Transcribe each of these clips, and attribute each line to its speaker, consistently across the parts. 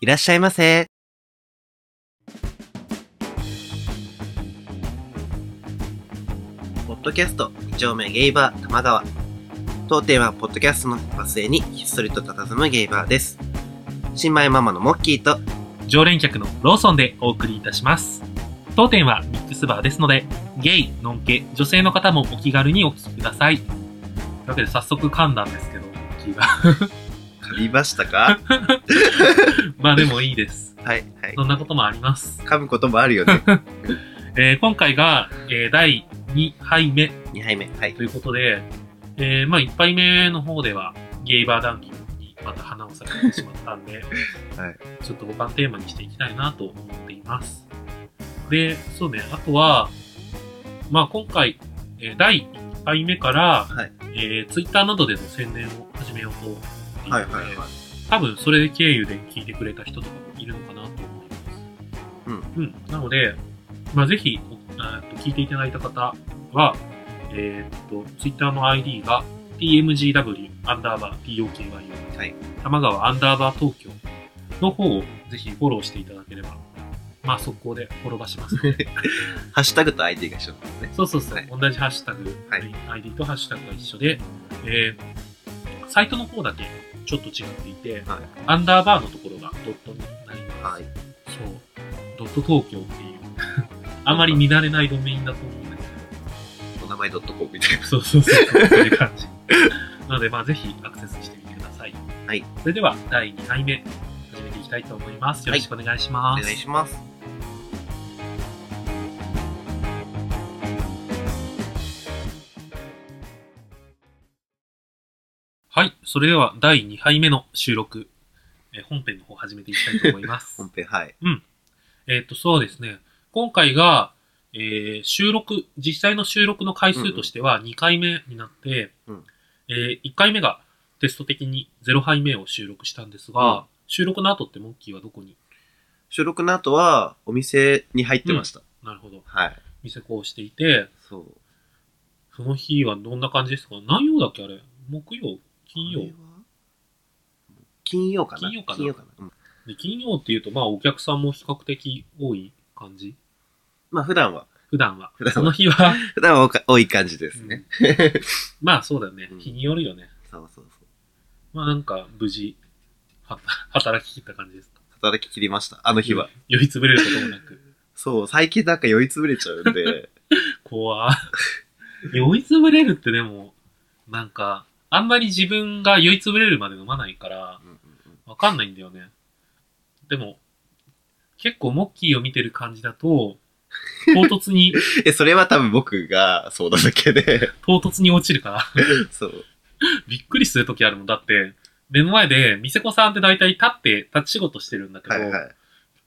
Speaker 1: いらっしゃいませ。ポッドキャスト、二丁目ゲイバー玉川。当店は、ポッドキャストのバスへにひっそりと佇むゲイバーです。新米ママのモッキーと、
Speaker 2: 常連客のローソンでお送りいたします。当店はミックスバーですので、ゲイ、ノンケ、女性の方もお気軽にお聞きください。というわけで早速噛んだんですけど、気が
Speaker 1: 噛みましたか
Speaker 2: まあでもいいです。
Speaker 1: はい、はい。
Speaker 2: そんなこともあります。
Speaker 1: 噛むこともある よね。
Speaker 2: えー今回が、えー第2杯目
Speaker 1: 2杯目。はい
Speaker 2: と。いうことで、えーまあ1杯目の方ではゲイバー談義にまた花を咲かせてしまったんで、
Speaker 1: はい
Speaker 2: ちょっと他のテーマにしていきたいなと思っています。で、そうね、あとは、まあ今回、えー第1杯目から、
Speaker 1: はい
Speaker 2: えー、Twitter などでの宣伝を始めようと思っていて、
Speaker 1: はい、はい、はい。
Speaker 2: 多分それ経由で聞いてくれた人とかもいるのかなと思います。。
Speaker 1: うん
Speaker 2: なので、まあ、ぜひ、あーっと聞いていただいた方は、えーっと、Twitter の ID が tmgw アンダーバー toky
Speaker 1: はい
Speaker 2: 玉川アンダーバー東京の方をぜひフォローしていただければ、まあ、速攻で転がしますので
Speaker 1: ハッシュタグと ID が一緒なんですね。
Speaker 2: そうそうそう、
Speaker 1: はい
Speaker 2: 同じハッシュタグ、
Speaker 1: はい
Speaker 2: ID とハッシュタグが一緒で、えーサイトの方だけちょっと違っていて、
Speaker 1: はい
Speaker 2: アンダーバーのところがドットになりま
Speaker 1: は
Speaker 2: す。
Speaker 1: い。
Speaker 2: そう、ドット東京って いう、あまり見慣れないドメインだと思うんです
Speaker 1: お名前 .com みたい
Speaker 2: けど、そうそうそう、そういう感じ。なので、まあ、ぜひアクセスしてみてください。
Speaker 1: はい
Speaker 2: それでは、第2回目、始めていきたいと思います。よろしくお願いし
Speaker 1: な。
Speaker 2: ま
Speaker 1: お
Speaker 2: す。
Speaker 1: 願いします。
Speaker 2: はい。それでは、第2杯目の収録、えー本編の方始めていきたいと思い ます。
Speaker 1: 本編、はい。
Speaker 2: えっと、そうですね。今回が、えー収録、実際の収録の回数としては2回目になって、
Speaker 1: うん
Speaker 2: え1回目がテスト的に0杯目を収録したんですが、
Speaker 1: うん
Speaker 2: 収録の後ってモッキーはどこに
Speaker 1: 収録の後は、お店に入ってました。
Speaker 2: なるほど、
Speaker 1: はい。
Speaker 2: 店こうしていて、
Speaker 1: そう。
Speaker 2: その日はどんな感じですか何曜だっけあれ木曜金曜
Speaker 1: これは金曜かな
Speaker 2: 金曜かな
Speaker 1: うん
Speaker 2: で金曜っていうと、まあお客さんも比較的多い感じ
Speaker 1: まあ普段は、
Speaker 2: 普段は。
Speaker 1: 普段は
Speaker 2: その日は、
Speaker 1: 普段は多か多い感じですね。
Speaker 2: まあそうだよね
Speaker 1: う。ん
Speaker 2: 日によるよね。
Speaker 1: そうそうそう。
Speaker 2: まあなんか無事、は働き切った感じですか。
Speaker 1: 働き切りました、あの日は。
Speaker 2: 酔いつぶれることもな く。
Speaker 1: そう、最近なんか酔いつぶれちゃうん で、
Speaker 2: 怖酔いつぶれるってでも、なんか、あんまり自分が酔いつぶれるまで飲まないから
Speaker 1: う、んうんうん
Speaker 2: わかんないんだよね。でも、結構モッキーを見てる感じだと、唐 突に、
Speaker 1: え、それは多分僕がそうなだけ で、
Speaker 2: 唐突に落ちるから、
Speaker 1: そう。
Speaker 2: びっくりする時あるもん。だって、目の前で、店子さんって大体立って、立ち仕事してるんだけど、
Speaker 1: はいはい。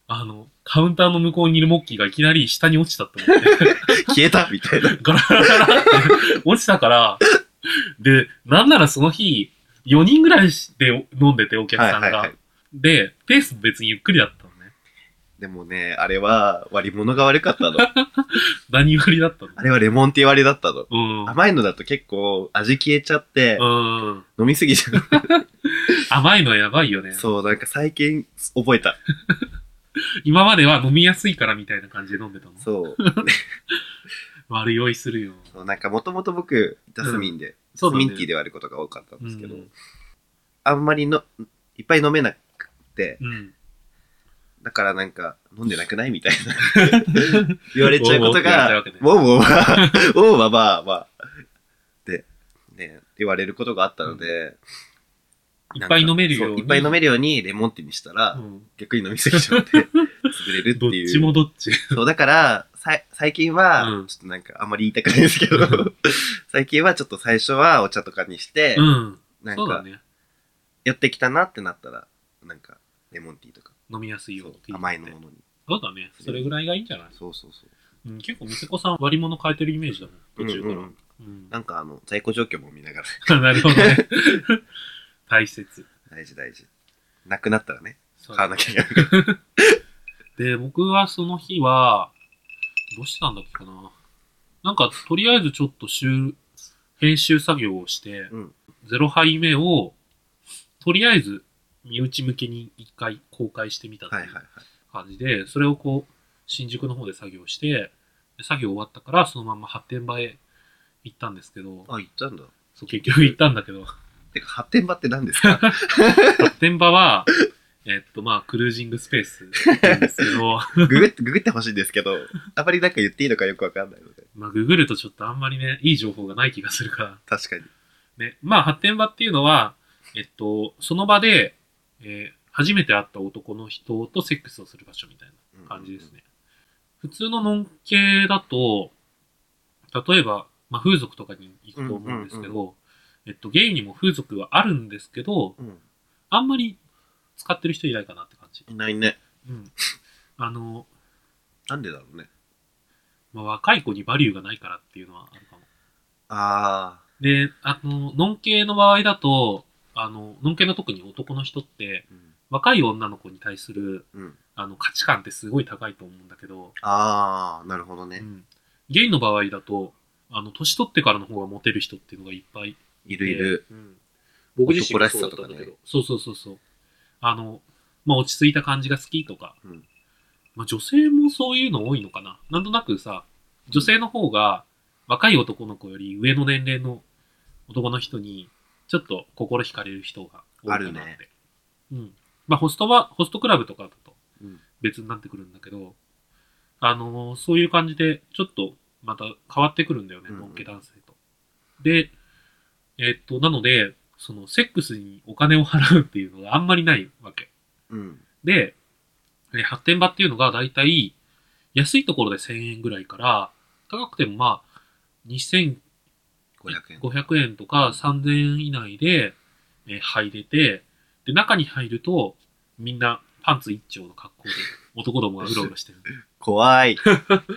Speaker 2: あの、カウンターの向こうにいるモッキーがいきなり下に落ちたって思って、
Speaker 1: 消えたみたい な。
Speaker 2: ガラガラガラって落ちたから、で、なんならその日、4人ぐらいで飲んでて、お客さんが。
Speaker 1: はいはいはい
Speaker 2: で、ペース別にゆっくりだったのね。
Speaker 1: でもね、あれは割り物が悪かった の。
Speaker 2: 何よりだったの。
Speaker 1: あれはレモンティー割りだったの。
Speaker 2: うん。
Speaker 1: 甘いのだと結構味消えちゃって、
Speaker 2: うん。
Speaker 1: 飲みすぎちゃう。
Speaker 2: 甘いのはやばいよね。
Speaker 1: そう、なんか最近覚えた。
Speaker 2: 今までは飲みやすいからみたいな感じで飲んでたの。
Speaker 1: そう。
Speaker 2: 悪酔いするよ。
Speaker 1: そうなんかもともと僕、ジャスミンで、ジ
Speaker 2: そう
Speaker 1: ャス
Speaker 2: だね
Speaker 1: ミンティーで割ることが多かったんですけど、
Speaker 2: うん
Speaker 1: あんまりのいっぱい飲めなくて、
Speaker 2: うん。
Speaker 1: だからなんか、飲んでなくないみたいな 言われちゃうことが、
Speaker 2: ウ
Speaker 1: もうもうまあ、もうまあまあまあ、で、ね、言われることがあったので、
Speaker 2: いっぱい飲める
Speaker 1: な
Speaker 2: よ
Speaker 1: んかそう
Speaker 2: うに。
Speaker 1: いっぱい飲めるようにレモンティーにしたら、
Speaker 2: うん
Speaker 1: 逆に飲みすぎち ゃって、潰れるって
Speaker 2: どっ
Speaker 1: いう。
Speaker 2: ちもどっち。
Speaker 1: そう、だから、さ最近は、
Speaker 2: うん
Speaker 1: ちょっとなんか、あんまり言いたくないですけど
Speaker 2: う、
Speaker 1: 最近はちょっと最初はお茶とかにして、
Speaker 2: うん。
Speaker 1: なん
Speaker 2: そうだ
Speaker 1: か、
Speaker 2: ね。
Speaker 1: 寄ってきたなってなったら、なんか、レモンティーとか、
Speaker 2: 飲みやすいよ
Speaker 1: そう
Speaker 2: って言って。
Speaker 1: 甘いのものに。
Speaker 2: そうだね。それぐらいがいいんじゃない
Speaker 1: そうそうそう。
Speaker 2: うん、結構、店子さん割り物変えてるイメージだもん、途中から。
Speaker 1: う
Speaker 2: うんん
Speaker 1: うんなんか、あの、在庫状況も見ながら、
Speaker 2: なるほどね。大切。
Speaker 1: 大事大事。なくなったらね、
Speaker 2: そう
Speaker 1: 買わなきゃいけ ない。
Speaker 2: で、僕はその日は、どうしてたんだっけかな。なんか、とりあえずちょっと収編集作業をして、
Speaker 1: うん
Speaker 2: ゼロ杯目を、とりあえず身内向けに一回公開してみたって
Speaker 1: はいいうはい
Speaker 2: 感じで、それをこう、新宿の方で作業して、で作業終わったから、そのまま発展場へ行ったんですけど、
Speaker 1: はい。あ、行ったんだ。
Speaker 2: そう結局行ったんだけど、
Speaker 1: てか、発展場って何です か
Speaker 2: 発展場は、えっと、まあ、クルージングスペースなんですけど、
Speaker 1: グ グって、ググってほしいんですけど、あまりなんか言っていいのかよくわかんないので。
Speaker 2: まあ、ググるとちょっとあんまりね、いい情報がない気がするから、
Speaker 1: 確かに。
Speaker 2: ね、まあ、発展場っていうのは、えっと、その場で、えー初めて会った男の人とセックスをする場所みたいな。感じですね。普通のノン系だと、例えば、まあ、風俗とかに行くと思うんですけど、
Speaker 1: う
Speaker 2: えっと、ゲイにも風俗はあるんですけど、
Speaker 1: うん。
Speaker 2: あんまり使ってる人いないかなって感じ。
Speaker 1: うん。いないね。
Speaker 2: うん。あの、
Speaker 1: なんでだろうね。
Speaker 2: まあ、若い子にバリューがないからっていうのはあるかも。
Speaker 1: あ
Speaker 2: で、あの、ノン系の場合だと、あの、ノン系の特に男の人って、
Speaker 1: ー。うん。
Speaker 2: 若い女の子に対する、
Speaker 1: うん。
Speaker 2: あの、価値観ってすごい高いと思うんだけど、
Speaker 1: あー、なるほど
Speaker 2: う
Speaker 1: ね。
Speaker 2: ん、ゲイの場合だと、あの、年取ってからの方がモテる人っていうのがいっぱいい
Speaker 1: い
Speaker 2: て
Speaker 1: るいる。
Speaker 2: うん、僕自身
Speaker 1: 男ら
Speaker 2: も
Speaker 1: しさ
Speaker 2: そうだっ
Speaker 1: と
Speaker 2: た
Speaker 1: か
Speaker 2: ん
Speaker 1: ね
Speaker 2: だけど。そうそうそうそう。あの、まあ、落ち着いた感じが好きとか。
Speaker 1: うん
Speaker 2: まあ、女性もそういうの多いのかな。なんとなくさ、女性の方が若い男の子より上の年齢の男の人に、ちょっと心惹かれる人が多いかなって。
Speaker 1: あるね
Speaker 2: うん。まあ、ホストは、ホストクラブとかだと、
Speaker 1: うん。
Speaker 2: 別になってくるんだけど、あのーそういう感じで、ちょっとまた変わってくるんだよね、
Speaker 1: うんうん
Speaker 2: ノンケ男性と。で、えっと、なので、その、セックスにお金を払うっていうのがあんまりないわけ。
Speaker 1: うん。
Speaker 2: で、え発展場っていうのがだいたい、安いところで1000円ぐらいから、高くてもまあ、2500
Speaker 1: 500円。
Speaker 2: 円とか3000円以内で、えー入れて、で、中に入ると、みんなパンツ一丁の格好で、男どもがうろうろしてる。
Speaker 1: 怖い。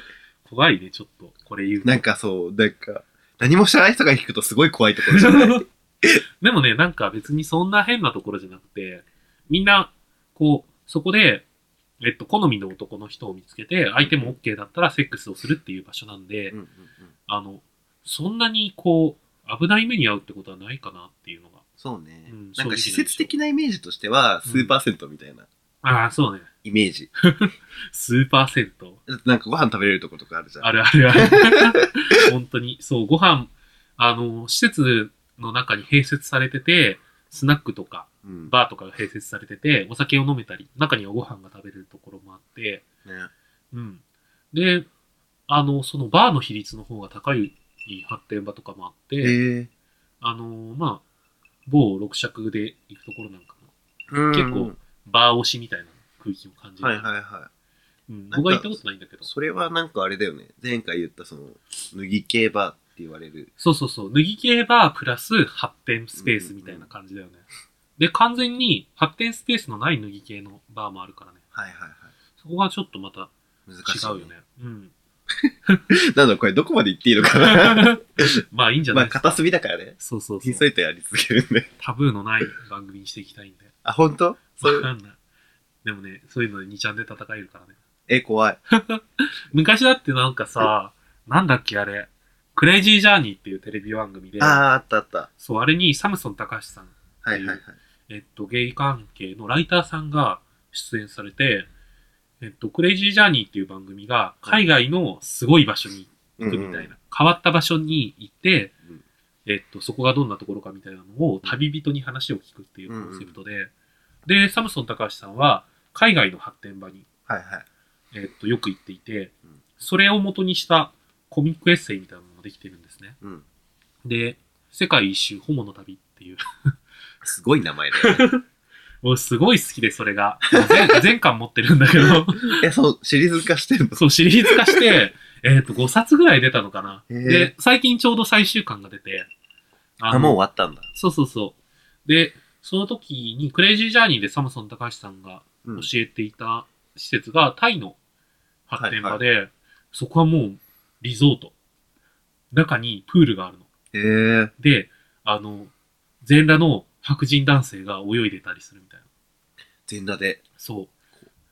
Speaker 2: 怖いね、ちょっと、これ言うと
Speaker 1: なんかそう、なんか、何も知らない人が聞くとすごい怖いところじゃない
Speaker 2: でもね、なんか別にそんな変なところじゃなくて、みんな、こう、そこで、えっと、好みの男の人を見つけて、相手も OK だったらセックスをするっていう場所なんで、
Speaker 1: うんうんうん。
Speaker 2: あの、そんなにこう、危ない目に遭うってことはないかなっていうのが。
Speaker 1: そうね
Speaker 2: うん。
Speaker 1: なんか
Speaker 2: 正直
Speaker 1: 施
Speaker 2: な
Speaker 1: 設的なイメージとしては、スーパー銭湯みたいな
Speaker 2: ああ、そうね。
Speaker 1: イメージ。
Speaker 2: スーパーセント。
Speaker 1: だってなんかご飯食べれるとことかあるじゃん。
Speaker 2: あるあるあ る。本当に。そう、ご飯、あの、施設の中に併設されてて、スナックとか、
Speaker 1: うん。
Speaker 2: バーとかが併設されてて、お酒を飲めたり、中にはご飯が食べれるところもあって、
Speaker 1: ね
Speaker 2: うん。で、あの、そのバーの比率の方が高い発展場とかもあって、
Speaker 1: えー。
Speaker 2: あの、まあ、某六尺で行くところなんかも、
Speaker 1: 結
Speaker 2: 結構バー推しみたいな空気を感じる。
Speaker 1: はいはいは
Speaker 2: う
Speaker 1: な
Speaker 2: ん、
Speaker 1: んか
Speaker 2: 僕は行ったことないんだけど
Speaker 1: い。。それはなんかあれだよね。前回言ったその、脱ぎ系バーって言われる。
Speaker 2: そうそうそう。脱ぎ系バープラス発展スペースみたいな感じだよね。で、完全に発展スペースのない脱ぎ系のバーもあるからね。
Speaker 1: はいはいは
Speaker 2: そこがちょっとまた
Speaker 1: い。難しい、
Speaker 2: 違うよね。。うん。
Speaker 1: なんだこれどこまで言っていいの かな
Speaker 2: まあいいんじゃ
Speaker 1: まあ
Speaker 2: ないですか。
Speaker 1: 片隅だからね。
Speaker 2: そうそう
Speaker 1: ひ
Speaker 2: そ。
Speaker 1: っそうりとやり続けるんで。
Speaker 2: タブーのない番組にしていきたいんで。
Speaker 1: あ、本当？そうい
Speaker 2: わ
Speaker 1: う。
Speaker 2: かんない。でもね、そういうので2ちゃんで戦えるからね。
Speaker 1: え、怖い。
Speaker 2: 昔だってなんかさ、なんだっけあれ、クレイジージャーニーっていうテレビ番組で
Speaker 1: あ、あ、あったあった。
Speaker 2: そう、あれにサムソン高橋さん、
Speaker 1: はいはいはい。
Speaker 2: えっと、ゲイ関係のライターさんが出演されて、えっと、クレイジージャーニーっていう番組が海外のすごい場所に行くみたいな、
Speaker 1: うんうん
Speaker 2: 変わった場所に行って、
Speaker 1: うん
Speaker 2: えっと、そこがどんなところかみたいなのを旅人に話を聞くっていうコンセプトで、で、サムソン高橋さんは海外の発展場に、
Speaker 1: はいはい。
Speaker 2: えっと、よく行っていて
Speaker 1: うん、
Speaker 2: それを元にしたコミックエッセイみたいなのができてるんですね。
Speaker 1: うん。
Speaker 2: で、世界一周ホモの旅っていう、
Speaker 1: すごい名前だよね。
Speaker 2: もうすごい好きでそれが、もう全 全巻持ってるんだ けど、
Speaker 1: え、そう、シリーズ化してるの
Speaker 2: そうシリーズ化して、えっと、5冊ぐらい出たのかな。
Speaker 1: へー
Speaker 2: で、最近ちょうど最終巻が出て、あ
Speaker 1: あ、もう終わったんだ。
Speaker 2: そうそうそう。で、その時にクレイジージャーニーでサムソン高橋さんが
Speaker 1: う
Speaker 2: 教
Speaker 1: ん。
Speaker 2: えていた施設がタイの発展場で、そこはもうリゾート。中にプールがあるの。
Speaker 1: えー、
Speaker 2: で、あの、全裸の白人男性が泳いでたりするみたいな。
Speaker 1: 全裸で。
Speaker 2: そう。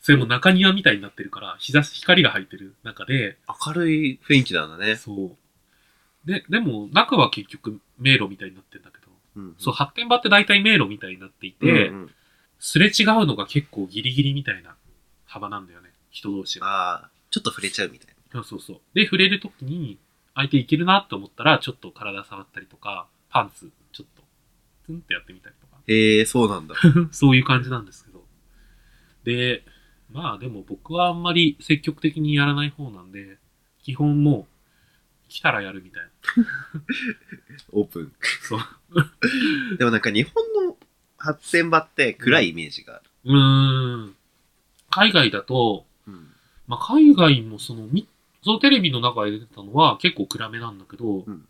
Speaker 2: それも中庭みたいになってるから、日差し、光が入ってる中で、
Speaker 1: 明るい雰囲気なんだね。
Speaker 2: そう。で、でも中は結局迷路みたいになってんだけど、
Speaker 1: うん。
Speaker 2: そう、発展場って大体迷路みたいになっていて、
Speaker 1: うんうん
Speaker 2: すれ違うのが結構ギリギリみたいな幅なんだよね。人同士が。
Speaker 1: ああ、ちょっと触れちゃうみたいな。
Speaker 2: そうそうそう。で、触れるときに、相手いけるなって思ったら、ちょっと体触ったりとか、パンツ、ちょっと、ツンってやってみたりとか、
Speaker 1: へえ、そうなん だ。
Speaker 2: そういう感じなんですけど。で、まあでも僕はあんまり積極的にやらない方なんで、基本もう、来たらやるみたいな。
Speaker 1: オープン。
Speaker 2: そう。
Speaker 1: でもなんか日本の発展場って暗いイメージがある。
Speaker 2: うーん。海外だと、
Speaker 1: うん。
Speaker 2: まあ、海外もその、みそのテレビの中で出てたのは結構暗めなんだけど、
Speaker 1: うん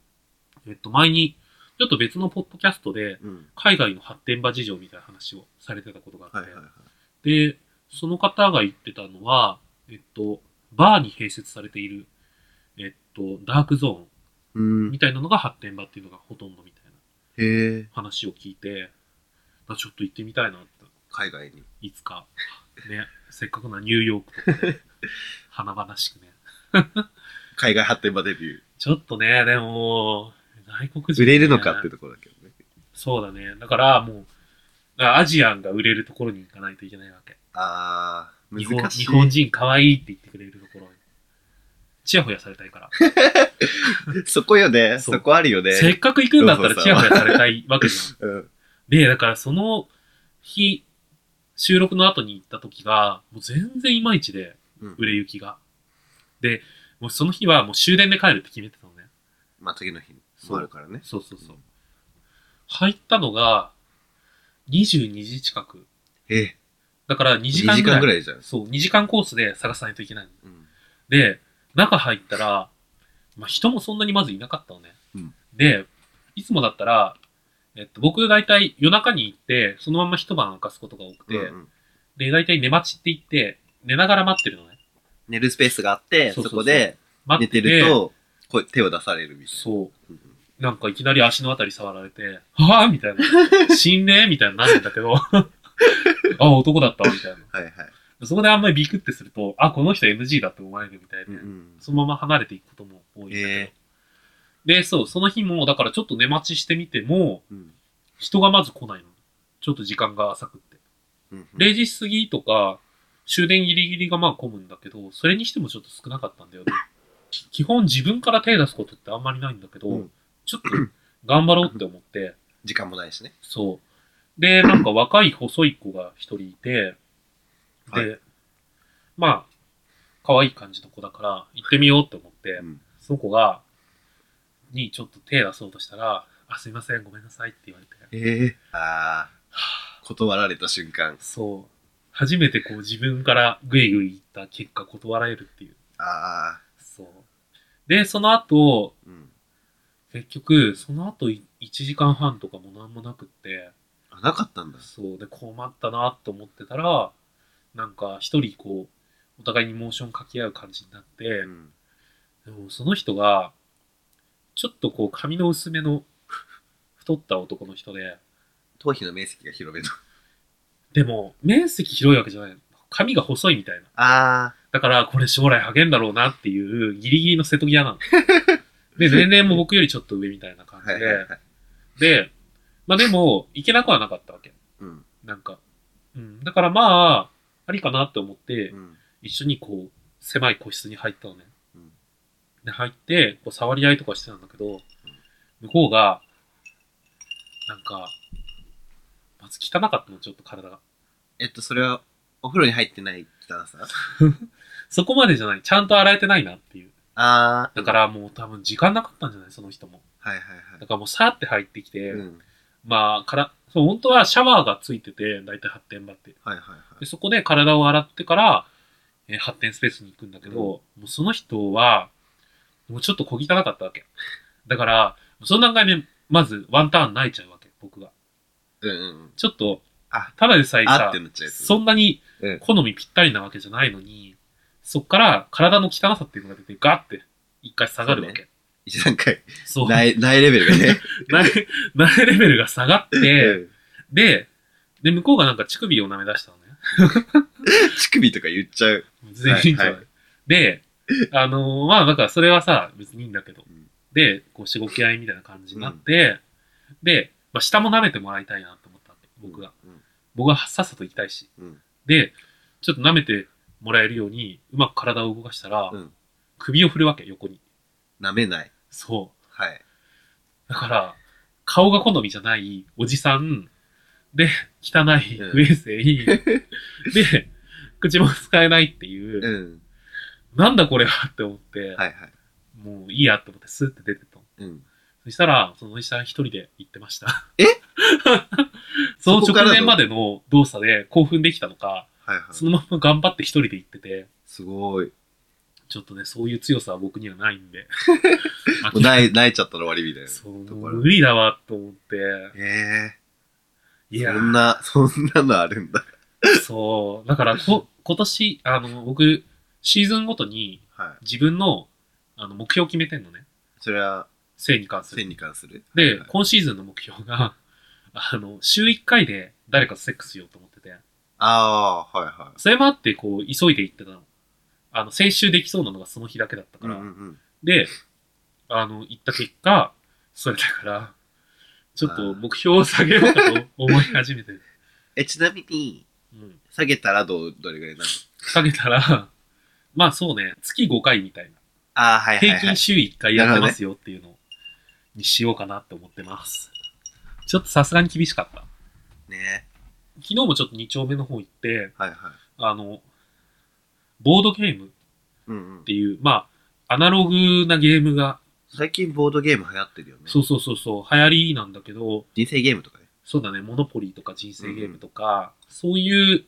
Speaker 2: えっと、前に、ちょっと別のポッドキャストで、
Speaker 1: うん。
Speaker 2: 海外の発展場事情みたいな話をされてたことがあ
Speaker 1: は
Speaker 2: っ
Speaker 1: い
Speaker 2: て、
Speaker 1: はいはい。
Speaker 2: で、その方が言ってたのは、えっと、バーに併設されている、えっと、ダークゾ
Speaker 1: う
Speaker 2: ーン
Speaker 1: ん。
Speaker 2: みたいなのが発展場っていうのがほとんどみたいな
Speaker 1: へえ、
Speaker 2: 話を聞いて、あちょっと行ってみたいなって、
Speaker 1: 海外に。
Speaker 2: いつか、ね、せっかくなニューヨークと かで、華々しくね。
Speaker 1: 海外発展場デビュー。
Speaker 2: ちょっとね、でも、外国人、
Speaker 1: 売れるのかってところだけどね。
Speaker 2: そうだね。だから、もう、だからアジアンが売れるところに行かないといけないわけ。
Speaker 1: ああ、難
Speaker 2: 日本
Speaker 1: しい。
Speaker 2: 日本人可愛いって言ってくれるところに。チヤホヤされたいから。
Speaker 1: そこよね。
Speaker 2: そう
Speaker 1: そこあるよね。
Speaker 2: せっかく行くんだったらチヤホヤされたいわけじゃん。
Speaker 1: うん。
Speaker 2: で、だからその日、収録の後に行った時が、もう全然いまいちで、
Speaker 1: うん
Speaker 2: 売れ行きが。で、もうその日はもう終電で帰るって決めてたのね。
Speaker 1: まあ次の日もあるからね。
Speaker 2: そうそうそう。入ったのが、22時近く。
Speaker 1: え、
Speaker 2: だから2
Speaker 1: 2
Speaker 2: 時間
Speaker 1: 時
Speaker 2: ぐらい。
Speaker 1: 間ぐらいじゃん。
Speaker 2: そう、2時間コースで探さないといけないの。
Speaker 1: うん
Speaker 2: で、中入ったら、まあ、人もそんなにまずいなかったのね。
Speaker 1: うん
Speaker 2: で、いつもだったら、えっと、僕大体夜中に行って、そのまま一晩明かすことが多くて、
Speaker 1: うんうん
Speaker 2: で、大体寝待ちって言って、寝ながら待ってるのね。
Speaker 1: 寝るスペースがあって、
Speaker 2: そう
Speaker 1: そ
Speaker 2: そうそう
Speaker 1: こで
Speaker 2: 待
Speaker 1: 寝
Speaker 2: って
Speaker 1: てると、こう手を出されるみたいな。
Speaker 2: そう。
Speaker 1: うんうん
Speaker 2: なんかいきなり足のあたり触られて、はぁみたい な。死んねみたいになるんだけど。 あ、男だったわみたい
Speaker 1: はいはい。
Speaker 2: な。そこであんまりビクってすると、あ、この人 NG だって思われるみたいで、
Speaker 1: うん
Speaker 2: そのまま離れていくことも多いんだけど。
Speaker 1: え
Speaker 2: で、そう、その日も、だからちょっと寝待ちしてみても、
Speaker 1: うん
Speaker 2: 人がまず来ないの。ちょっと時間が浅くって。
Speaker 1: うん
Speaker 2: 0時過ぎとか、終電ギリギリがまあ混むんだけど、それにしてもちょっと少なかったんだよね。基本自分から手出すことってあんまりないんだけど、
Speaker 1: うん
Speaker 2: ちょっと頑張ろうって思って、
Speaker 1: 時間もないしね。
Speaker 2: そう。で、なんか若い細い子が一人いて、で、
Speaker 1: は
Speaker 2: まあ、可愛い感じの子だから、行ってみようって思って、
Speaker 1: うん
Speaker 2: その子が、にちょっと手出そうとしたら、あ、すいません、ごめんなさいって言われて。
Speaker 1: ええ。ああ、断られた瞬間。
Speaker 2: そう。初めてこう自分からグイグイ言った結果断られるっていう。
Speaker 1: ああ、
Speaker 2: そう。で、その後、
Speaker 1: うん。
Speaker 2: 結局、その後い1時間半とかもなんもなくって、
Speaker 1: あ、なかったんだ。
Speaker 2: そう。で、困ったなと思ってたら、なんか一人こう、お互いにモーションかけ合う感じになって、
Speaker 1: うん
Speaker 2: でもその人が、ちょっとこう髪の薄めの太った男の人で、
Speaker 1: 頭皮の面積が広めの。
Speaker 2: でも、面積広いわけじゃない。髪が細いみたいな。
Speaker 1: ああ、
Speaker 2: だから、これ将来励んだろうなっていう、ギリギリの瀬戸際なの。 で、年齢も僕よりちょっと上みたいな感
Speaker 1: はい
Speaker 2: じ
Speaker 1: はい
Speaker 2: で。
Speaker 1: はい。
Speaker 2: で、まあでも、いけなくはなかったわけ。
Speaker 1: うん。
Speaker 2: なんか。うん。だからまあ、ありかなって思って
Speaker 1: う、ん。
Speaker 2: 一緒にこう、狭い個室に入ったのね
Speaker 1: うん。
Speaker 2: で、入って、こう、触り合いとかしてたんだけど、向こうが、なんか、まず汚かったの、ちょっと体が。
Speaker 1: えっと、それは、お風呂に入ってない汚さ
Speaker 2: そこまでじゃない。ちゃんと洗えてないなっていう。
Speaker 1: ああ、
Speaker 2: だからもう多分時間なかったんじゃないその人も。
Speaker 1: はいはいは
Speaker 2: だからもうさーって入ってきて、
Speaker 1: い。うん。
Speaker 2: まあ、から、そう、本当はシャワーがついてて、だいたい発展場って。
Speaker 1: はいはいはい
Speaker 2: で、。そこで体を洗ってから、えー発展スペースに行くんだけど、
Speaker 1: うん
Speaker 2: もうその人は、もうちょっと小汚かったわけ。 だから、その段階で、まずワンターン泣いちゃうわけ、僕が。
Speaker 1: うんうんうん。
Speaker 2: ちょっと、
Speaker 1: あ、
Speaker 2: ただでさえ
Speaker 1: あ
Speaker 2: さ
Speaker 1: って、なっちゃうやつ。
Speaker 2: そんなに
Speaker 1: うん
Speaker 2: 好みぴったりなわけじゃないのに、そっから体の汚さっていうのが出て、ガッて、一回下がるわけ。
Speaker 1: 一段階。
Speaker 2: そう,、
Speaker 1: ない、ないレベルがね。
Speaker 2: ない、ないレベルが下がって、
Speaker 1: うん
Speaker 2: で、で、向こうがなんか乳首を舐め出したのね。
Speaker 1: 乳首とか言っちゃう。
Speaker 2: 全員じゃない
Speaker 1: はい
Speaker 2: で、あのーまあ、だからそれはさ、別にいいんだけど
Speaker 1: うん。
Speaker 2: で、こう、しごき合いみたいな感じになって、で、まあ、下も舐めてもらいたいなと思ったんで、僕が。
Speaker 1: うん。
Speaker 2: 僕はさっさと行きたいし。
Speaker 1: うん。
Speaker 2: で、ちょっと舐めてもらえるように、うまく体を動かしたら、
Speaker 1: うん
Speaker 2: 首を振るわけ、横に。
Speaker 1: 舐めない。
Speaker 2: そ
Speaker 1: はい。
Speaker 2: う。だから、顔が好みじゃないおじさん、で、汚い
Speaker 1: うん
Speaker 2: 不衛生、で、口も使えないっていう、
Speaker 1: うん。
Speaker 2: なんだこれはって思って、
Speaker 1: はいはい。
Speaker 2: もういいやって思ってスーって出てったの。
Speaker 1: うん。
Speaker 2: そしたら、そのおじさん一人で行ってました。
Speaker 1: え
Speaker 2: その
Speaker 1: そこから
Speaker 2: 直
Speaker 1: の
Speaker 2: 前までの動作で興奮できたのか、
Speaker 1: はいはい。
Speaker 2: そのまま頑張って一人で行ってて、
Speaker 1: すごい。
Speaker 2: ちょっとね、そういう強さは僕にはない んで。
Speaker 1: もう泣い、泣いちゃったら終わりみたいな。
Speaker 2: そう、
Speaker 1: と
Speaker 2: も
Speaker 1: こ
Speaker 2: う
Speaker 1: ろ
Speaker 2: 無理だわ、と思って。
Speaker 1: え
Speaker 2: い
Speaker 1: え
Speaker 2: や
Speaker 1: そ、んな、そんなのあるんだ。
Speaker 2: そう。だからこ、今年、あの、僕、シーズンごとに
Speaker 1: はい。
Speaker 2: 自分のあの目標を決めてんのね。
Speaker 1: それは、
Speaker 2: 性に関する。
Speaker 1: 線に関する。
Speaker 2: で、
Speaker 1: はいはい
Speaker 2: 今シーズンの目標が、 あの、週1回で誰かとセックスしようと思ってて。
Speaker 1: ああ、はいは
Speaker 2: それもあって、こう、急いで行ってたの。あの、先週できそうなのがその日だけだった
Speaker 1: い。う
Speaker 2: か
Speaker 1: ん
Speaker 2: ら。
Speaker 1: うんうん。
Speaker 2: で、あの、行った結果、それだから、ちょっと目標を下げようかと思い始めて る。
Speaker 1: え、ちなみに、
Speaker 2: うん。
Speaker 1: 下げたらどう、どれぐらいになるの
Speaker 2: 下げたら、 まあそうね、月5回みたいな。
Speaker 1: ああ、はいはい、は
Speaker 2: 平
Speaker 1: い。
Speaker 2: 均週1回やってますよっていうのにしようかなって思ってます。ちょっとさすがに厳しかった。
Speaker 1: ね。
Speaker 2: 昨日もちょっと2丁目の方行って、
Speaker 1: はいはい。
Speaker 2: あの、ボードゲームっ
Speaker 1: うんうん
Speaker 2: て。いう、まあ、アナログなゲームが、
Speaker 1: 最近ボードゲーム流行ってるよね。
Speaker 2: そうそうそうそう、流行りなんだけど、
Speaker 1: 人生ゲームとかね。
Speaker 2: そうだね、モノポリーとか人生ゲームとか、そういう、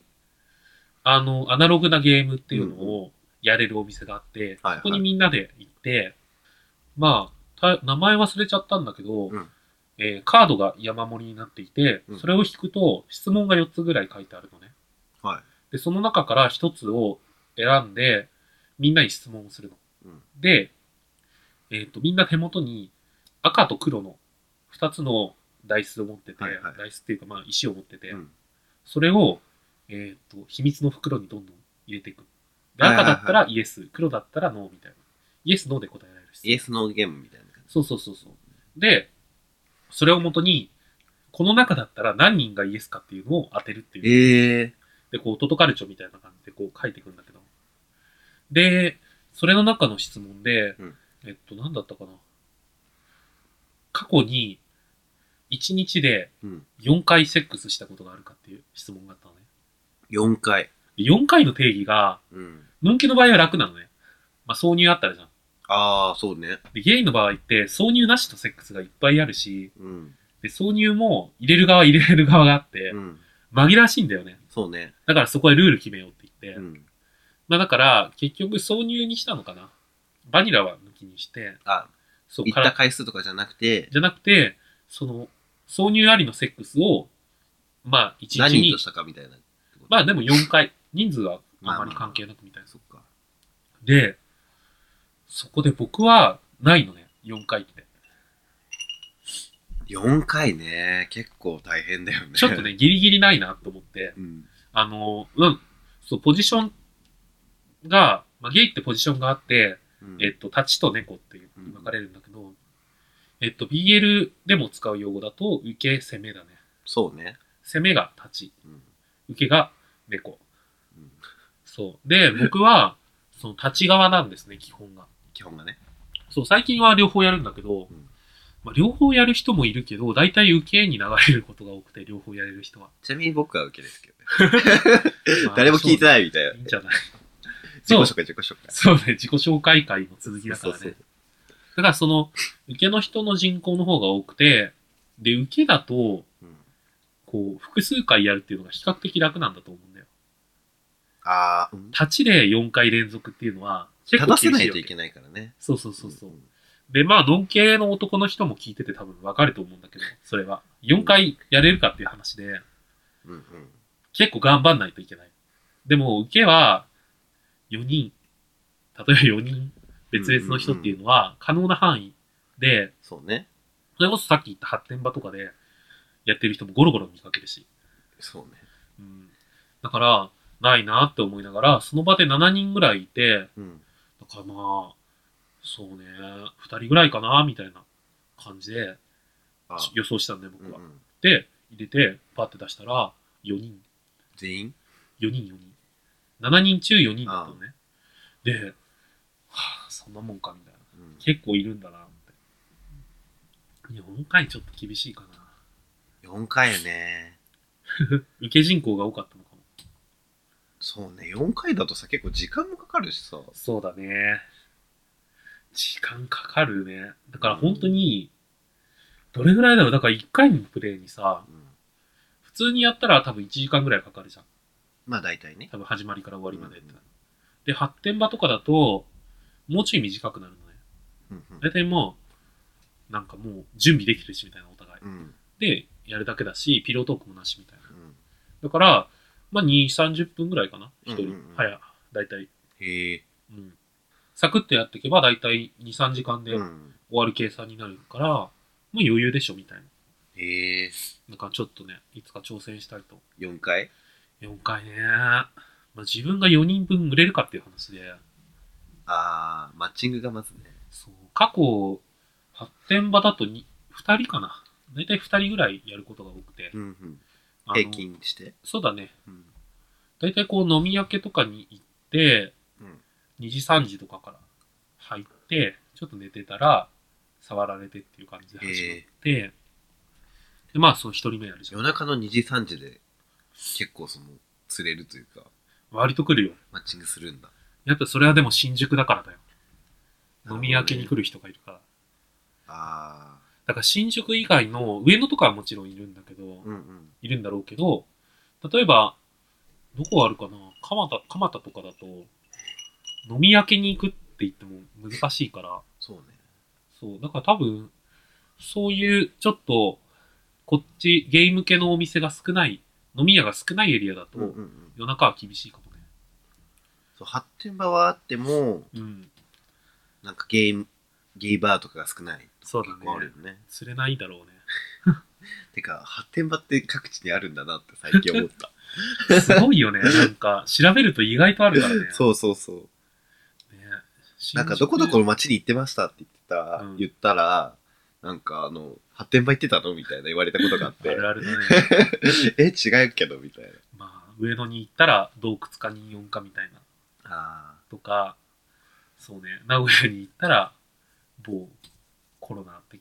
Speaker 2: あの、アナログなゲームっていうのをやれるお店があって、
Speaker 1: はいはい
Speaker 2: そこにみんなで行って、まあ、た名前忘れちゃったんだけど、
Speaker 1: うん
Speaker 2: えーカードが山盛りになっていて、
Speaker 1: うん
Speaker 2: それを引くと質問が4つぐらい書いてあるのね。
Speaker 1: は
Speaker 2: で、その中から1つを選んで、みんなに質問をするの。
Speaker 1: い。うん。
Speaker 2: で、えっ、と、みんな手元に赤と黒の2つのダイスを持ってて、
Speaker 1: はいはい
Speaker 2: ダイスっていうか、まあ、石を持ってて、
Speaker 1: うん
Speaker 2: それを、えっ、と、秘密の袋にどんどん入れていく。で、
Speaker 1: はいはいは
Speaker 2: 赤
Speaker 1: い
Speaker 2: だったらイエス、黒だったらノーみたいな。イエス、ノーで答えられる
Speaker 1: イ
Speaker 2: し。
Speaker 1: エスノーゲームみたいな感じ。
Speaker 2: そうそうそうそう。で、それをもとに、この中だったら何人がイエスかっていうのを当てるっていう。
Speaker 1: ええ
Speaker 2: で、こう、トトカルチョみたいな感じでこう書いていくんだけど。で、それの中の質問で、
Speaker 1: うん
Speaker 2: えっと、なんだったかな。過去に、1日で
Speaker 1: うん。
Speaker 2: 4回セックスしたことがあるかっていう質問があったのね。
Speaker 1: 4回。
Speaker 2: で4回の定義が、
Speaker 1: うん。
Speaker 2: のんきの場合は楽なのね。まあ、挿入あったらじゃん。
Speaker 1: ああ、そうね。
Speaker 2: で、ゲイの場合って、挿入なしとセックスがいっぱいあるし、
Speaker 1: うん。
Speaker 2: で、挿入も入れる側入れる側があって
Speaker 1: う、ん。
Speaker 2: 紛らわしいんだよね。
Speaker 1: そうね。
Speaker 2: だからそこでルール決めようって言って、
Speaker 1: うん。
Speaker 2: まあだから、結局挿入にしたのかな。バニラは抜きにして、
Speaker 1: あ、
Speaker 2: そう、
Speaker 1: 行
Speaker 2: か
Speaker 1: った
Speaker 2: ら、
Speaker 1: 回数とかじゃなくて、
Speaker 2: じゃなくて、その、挿入ありのセックスを、まあ、一日
Speaker 1: 何人
Speaker 2: に
Speaker 1: とし、たかみたいな。
Speaker 2: まあでも4回、人数はあまり関係なくみたいな。
Speaker 1: そっか。
Speaker 2: で、そこで僕は、ないのね、4回って。
Speaker 1: 4回ね。結構大変だよね。
Speaker 2: ちょっと。ね、ギリギリないなと思って、
Speaker 1: うん。
Speaker 2: あの、うん、そう、ポジションが、まあ、ゲイってポジションがあって、
Speaker 1: うん
Speaker 2: えっと、立ちと猫っていう
Speaker 1: うん
Speaker 2: 分かれるんだけど、えっと、BL でも使う用語だと、受け、攻めだね。
Speaker 1: そうね。
Speaker 2: 攻めが立ち、
Speaker 1: うん。
Speaker 2: 受けが猫。
Speaker 1: うん
Speaker 2: そう。で、 僕は、その立ち側なんですね、基本が。
Speaker 1: 基本がね。
Speaker 2: そう、最近は両方やるんだけど、
Speaker 1: うん
Speaker 2: まあ、両方やる人もいるけど、大体受けに流れることが多くて、両方やれる人は。
Speaker 1: ちなみに僕は受けですけどね。
Speaker 2: まあ
Speaker 1: 誰も聞いて
Speaker 2: い。
Speaker 1: ないみたいな
Speaker 2: そう。いいんじゃない
Speaker 1: 自 己
Speaker 2: そう
Speaker 1: 紹介、自己紹介。
Speaker 2: そうね、自己紹介会の続きだからね。
Speaker 1: そうそう
Speaker 2: だからその、受けの人の人口の方が多くて、で、受けだと、
Speaker 1: そううん
Speaker 2: こう、複数回やるっていうのが比較的楽なんだと思うんだよ。
Speaker 1: ああ、うん
Speaker 2: 立ちで4回連続っていうのは、結
Speaker 1: 正
Speaker 2: 構厳しい
Speaker 1: せな
Speaker 2: わけ
Speaker 1: いといけないからね。
Speaker 2: そうそうそうそう。
Speaker 1: ん
Speaker 2: で、まあ、ドン系の男の人も聞いてて多分わかると思うんだけど、それは。4回やれるかっていう話で、
Speaker 1: うんうん。
Speaker 2: 結構頑張んないといけない。でも、受けは、4人、例えば4人、別々の人っていうのは、可能な範囲で、
Speaker 1: そうね。
Speaker 2: それこそさっき言った発展場とかで、やってる人もゴロゴロ見かけるし。
Speaker 1: そうね。
Speaker 2: うん。だから、ないなって思いながら、その場で7人ぐらいいて、
Speaker 1: うん。
Speaker 2: だからまあ、そうね、2人ぐらいかな、みたいな感じで、
Speaker 1: あ
Speaker 2: し予想したんで、
Speaker 1: うん
Speaker 2: 僕
Speaker 1: う
Speaker 2: は。
Speaker 1: ん、
Speaker 2: で、入れて、パッて出したら、4人、
Speaker 1: 全員
Speaker 2: 4人、4人。7人中4人だったのね。で、はぁ、そんなもんか、みたいな。
Speaker 1: うん
Speaker 2: 結構いるんだな、って。4回ちょっと厳しいかな。
Speaker 1: 4回やね。
Speaker 2: 受け人口が多かったのかも。
Speaker 1: そうね、4回だとさ、結構時間もかかるしさ。
Speaker 2: そうだね。時間かかるね。だから本当に、どれぐらいだろうだから1回のプレイにさ、
Speaker 1: うん、
Speaker 2: 普通にやったら多分1時間ぐらいかかるじゃん。
Speaker 1: まあ大体ね。
Speaker 2: 多分始まりから終わりまでって。
Speaker 1: うん
Speaker 2: で、発展場とかだと、もうちょい短くなるのね。
Speaker 1: うんうん
Speaker 2: 大体もう、なんかもう準備できてるしみたいなお互い。
Speaker 1: うん
Speaker 2: で、やるだけだし、ピロートークもなしみたいな。
Speaker 1: うん
Speaker 2: だから、まあ2、30分ぐらいかな。1
Speaker 1: うん
Speaker 2: 人
Speaker 1: うんうん。
Speaker 2: 早、大体。
Speaker 1: へえ。
Speaker 2: うん。サクッとやっていけば大体2、3時間で
Speaker 1: うん。
Speaker 2: 終わる計算になるから、もう余裕でしょみたいな。
Speaker 1: へえ。
Speaker 2: なんかちょっとね、いつか挑戦したいと。
Speaker 1: 4回
Speaker 2: 4回ね。まあ、自分が4人分売れるかっていう話で、
Speaker 1: ああ、マッチングがまずね。
Speaker 2: そう、過去、発展場だと 2, 二人かな。だいたい2人ぐらいやることが多くて。
Speaker 1: うんうん。
Speaker 2: あの
Speaker 1: 平均して。
Speaker 2: そうだね。
Speaker 1: うん。
Speaker 2: だいたいこう飲み明けとかに行って、
Speaker 1: うん
Speaker 2: 2時3時とかから入って、ちょっと寝てたら、触られてっていう感じで始まって、で、まあ、その1人目やるじゃん
Speaker 1: 夜。中の2時3時で結構その、釣れるというか、
Speaker 2: 割と来るよ。
Speaker 1: マッチングするんだ。
Speaker 2: やっぱそれはでも新宿だからだよ。飲み明けに来
Speaker 1: る。
Speaker 2: る人がいるから。
Speaker 1: ああ。
Speaker 2: だから新宿以外の、上野とかはもちろんいるんだけど、
Speaker 1: うんうん。
Speaker 2: いるんだろうけど、例えば、どこあるかな蒲田、蒲田とかだと、飲み明けに行くって言っても難しいから、
Speaker 1: そうね。
Speaker 2: そう、だから多分、そういう、ちょっと、こっち、ゲーム系のお店が少ない、飲み屋が少ないエリアだと、
Speaker 1: うんうんうん。
Speaker 2: 夜中は厳しいかもね。
Speaker 1: そう、発展場はあっても、
Speaker 2: うん、
Speaker 1: なんかゲーム、ゲイバーとかが少ない。
Speaker 2: そうだ
Speaker 1: 結構ある
Speaker 2: ね
Speaker 1: よ。ね。
Speaker 2: 釣れないだろうね。
Speaker 1: てか、発展場って各地にあるんだなって最近思 った。
Speaker 2: すごいよね。なんか、調べると意外とあるからね。
Speaker 1: そうそうそう。
Speaker 2: う。ね、
Speaker 1: なんかどこどこの町に行ってましたって言ってた、
Speaker 2: うん
Speaker 1: 言ったら、なんかあの、発展場行ってたのみたいな言われたことがあっ
Speaker 2: あ
Speaker 1: て、
Speaker 2: るあるだね。
Speaker 1: え、違うけどみたいな。
Speaker 2: まあ、上野に行ったら洞窟か人4かみたいな。
Speaker 1: あ
Speaker 2: とか、そうね、名古屋に行ったら、某コロナ 的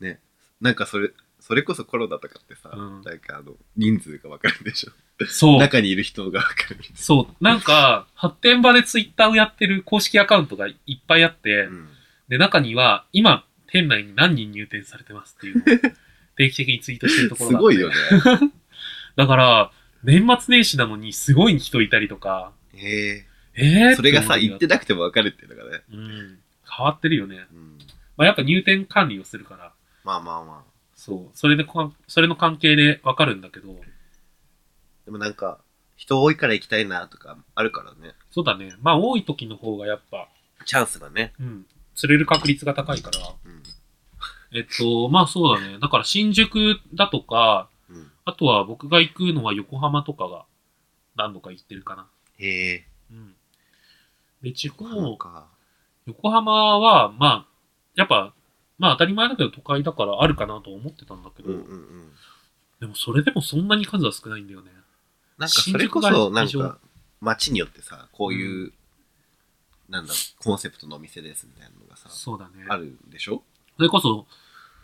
Speaker 2: な。
Speaker 1: なんかそれ、それこそコロナとかってさ、
Speaker 2: うん
Speaker 1: なんかあの、人数がわかるでしょ。
Speaker 2: そう。
Speaker 1: 中にいる人がわかる。
Speaker 2: そう。なんか、発展場でツイッターをやってる公式アカウントがいっぱいあって、
Speaker 1: うん
Speaker 2: で、中には、今、店内に何人入店されてますっていうの を定期的にツイートしてるところ
Speaker 1: す
Speaker 2: があって
Speaker 1: ごいよね。
Speaker 2: だから、年末年始なのにすごい人いたりとか、
Speaker 1: へ
Speaker 2: えー
Speaker 1: え。それがさ、
Speaker 2: て
Speaker 1: 行
Speaker 2: 思
Speaker 1: ってなくてもわかるっていうのがね。
Speaker 2: うん。変わってるよね。
Speaker 1: うん
Speaker 2: まあ、やっぱ入店管理をするから、
Speaker 1: まあまあまあ。
Speaker 2: そう。それでこ、それの関係でわかるんだけど、
Speaker 1: でもなんか、人多いから行きたいなとかあるからね。
Speaker 2: そうだね。まあ多い時の方がやっぱ、
Speaker 1: チャンスがね。
Speaker 2: うん、釣れる確率が高いから。
Speaker 1: うん。
Speaker 2: えっと、まあそうだね。だから新宿だとか、
Speaker 1: うん、
Speaker 2: あとは僕が行くのは横浜とかが何度か行ってるかな。
Speaker 1: へえ。
Speaker 2: うん。で、地
Speaker 1: そう
Speaker 2: 方、
Speaker 1: か。
Speaker 2: 横浜は、まあ、やっぱ、まあ当たり前だけど都会だからあるかなと思ってたんだけど、
Speaker 1: うんうんうん。
Speaker 2: でもそれでもそんなに数は少ないんだよね。
Speaker 1: なんかそれこそ、なん
Speaker 2: 新宿が
Speaker 1: か、街によってさ、こういう、なんだろう、コンセプトのお店ですみたいなのがさ、
Speaker 2: そうだね。
Speaker 1: あるんでしょ
Speaker 2: それこそ、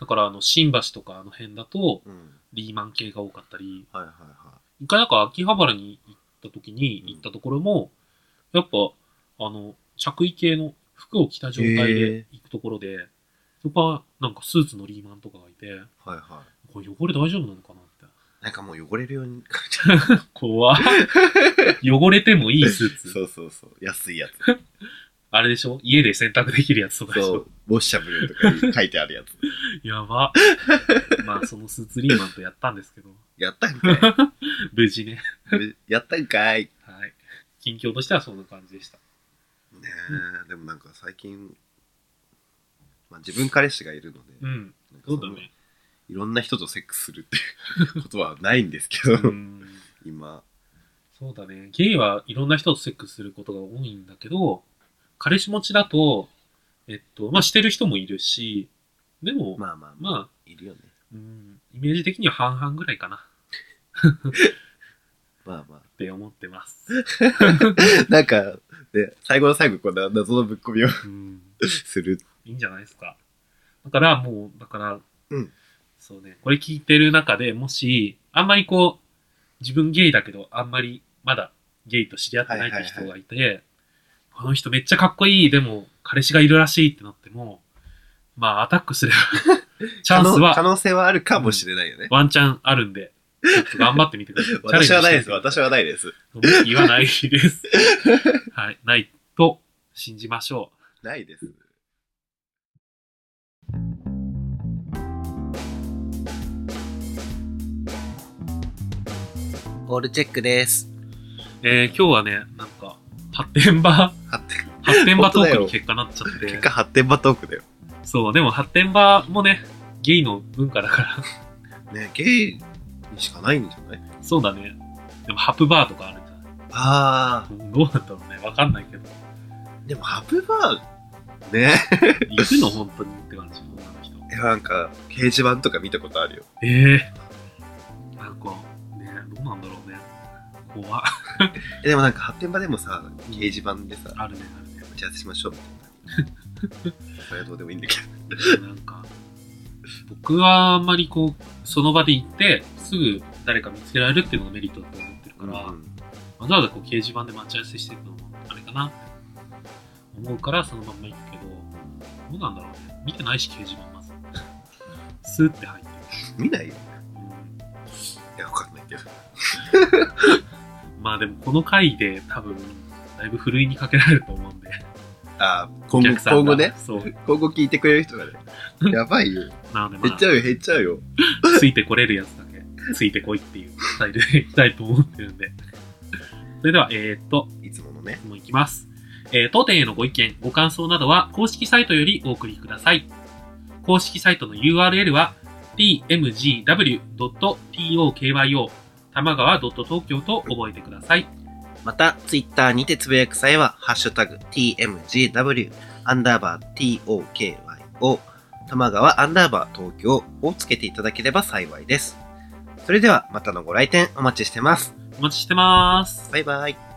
Speaker 2: だからあの、新橋とかあの辺だと、
Speaker 1: うん。
Speaker 2: リーマン系が多かったり、
Speaker 1: はいはいは
Speaker 2: 一回なんか秋葉原に行った時に
Speaker 1: うん
Speaker 2: 行ったところも、やっぱ、あの、着衣系の服を着た状態
Speaker 1: へー
Speaker 2: で行くところで、そこはなんかスーツのリーマンとかがいて、
Speaker 1: い。はいは
Speaker 2: これ汚れ大丈夫なのかなって。
Speaker 1: い。なんかもう汚れるように
Speaker 2: 怖っ汚れてもいいスー ツ。
Speaker 1: そうそうそう。安いやつ。
Speaker 2: あれでしょ家で洗濯できるやつとかでし
Speaker 1: そ
Speaker 2: ょ
Speaker 1: う。 ウォッシャブルとかに書いてある やつ。
Speaker 2: やば。まあそのスーツリーマンとやったんですけど、
Speaker 1: やったんか
Speaker 2: 無事ね。
Speaker 1: い。 やったんかい。
Speaker 2: はい。近況としてはそんな感じでした。
Speaker 1: ねえ、でもなんか最近、まあ自分彼氏がいるので、
Speaker 2: うん。
Speaker 1: なんか
Speaker 2: そ
Speaker 1: そうの
Speaker 2: だね。
Speaker 1: いろんな人とセックスするっていうことはないんですけど、
Speaker 2: うん。
Speaker 1: 今。
Speaker 2: そうだね。ゲイはいろんな人とセックスすることが多いんだけど、彼氏持ちだと、えっと、まあ、してる人もいるし、でも、まあ、
Speaker 1: まあまあ、いるよね。
Speaker 2: うん、イメージ的には半々ぐらいかな
Speaker 1: まあま
Speaker 2: って思ってます。
Speaker 1: あ。なんか、ね、最後の最後、こんな謎のぶっ込みを
Speaker 2: うん、
Speaker 1: する。
Speaker 2: いいんじゃないですか。だからもう、だから、
Speaker 1: うん
Speaker 2: そうね、これ聞いてる中でもし、あんまりこう、自分ゲイだけど、あんまりまだゲイと知り合ってないって人がいて、この人めっちゃかっこいい、でも彼氏がいるらしいってなっても、まあアタックすれば、 チャ
Speaker 1: 可
Speaker 2: ンス
Speaker 1: 能可
Speaker 2: は
Speaker 1: 能性はあるかもしれないよね。。
Speaker 2: ワンチャンあるんで、ちょっと頑張ってみてください
Speaker 1: 私はないです。
Speaker 2: チャレンジしてみてくださ
Speaker 1: 私はないです。
Speaker 2: 言わないです。はい。ないと信じましょ
Speaker 1: ないです。オールチェックです。
Speaker 2: う。えー、今日はね、なんか、発展場、
Speaker 1: 発展、
Speaker 2: 発展場トー
Speaker 1: 本当
Speaker 2: ク
Speaker 1: だ
Speaker 2: に
Speaker 1: よ
Speaker 2: 結果なっちゃっ
Speaker 1: 結
Speaker 2: て
Speaker 1: 果。発展場トークだよ。
Speaker 2: そう、でも発展場もね、ゲイの文化だから。
Speaker 1: ねゲイにしかないんじゃない
Speaker 2: そうだね。でもハプバーとかあるんじゃない
Speaker 1: あ
Speaker 2: どうなんだろうね。わかんないけど。
Speaker 1: あ、でもハプバー、ね
Speaker 2: 行くの本当にって感じ、女の人。
Speaker 1: えなんか、掲示板とか見たことあるよ。
Speaker 2: ええー。なんか、ね、どうなんだろうね。怖
Speaker 1: えでもなんか発展場でもさ、掲示板でさ、
Speaker 2: あるね、あるね。
Speaker 1: 打ち合わせしまし ょうみたいな。それはどうでもいいんだけど。
Speaker 2: なんか、僕はあんまりこう、その場で行って、すぐ誰か見つけられるっていうのがメリットだと思ってるから、
Speaker 1: うん
Speaker 2: わざわざこう掲示板で待ち合わせしてるのもあれかなって思うから、そのまんま行くけど、どうなんだろうね。見てないし、掲示板まず。 スーって入ってる。
Speaker 1: 見ないよ。
Speaker 2: う
Speaker 1: いや、わかんないけど。
Speaker 2: んまあでも、この回で多分、だいぶふるいにかけられると思うんで、
Speaker 1: ああ、
Speaker 2: お
Speaker 1: 今後、
Speaker 2: 客さん
Speaker 1: 今後
Speaker 2: が。
Speaker 1: ね。
Speaker 2: そう。
Speaker 1: 今後聞いてくれる人がね。やばいよ。
Speaker 2: なので、
Speaker 1: 減
Speaker 2: ま
Speaker 1: っちゃうよ、減っちゃうよ。
Speaker 2: あ、ついてこれるやつだけ、ついてこいっていうスタイル でいきたいと思ってるんで。それでは、えー、っと、
Speaker 1: いつものね。
Speaker 2: もういきます。えー当店へのご意見、ご感想などは公式サイトよりお送りください。公式サイトの URL は tmgw.tokyo 玉川 .tokyo と覚えてください。
Speaker 1: また、ツイッターにてつぶやく際は、ハッシュタグ、tmgw、アンダーバー tokyo、玉川アンダーバー東京をつけていただければ幸いです。それでは、またのご来店お待ちしてます。
Speaker 2: お待ちしてます。
Speaker 1: バイバイ。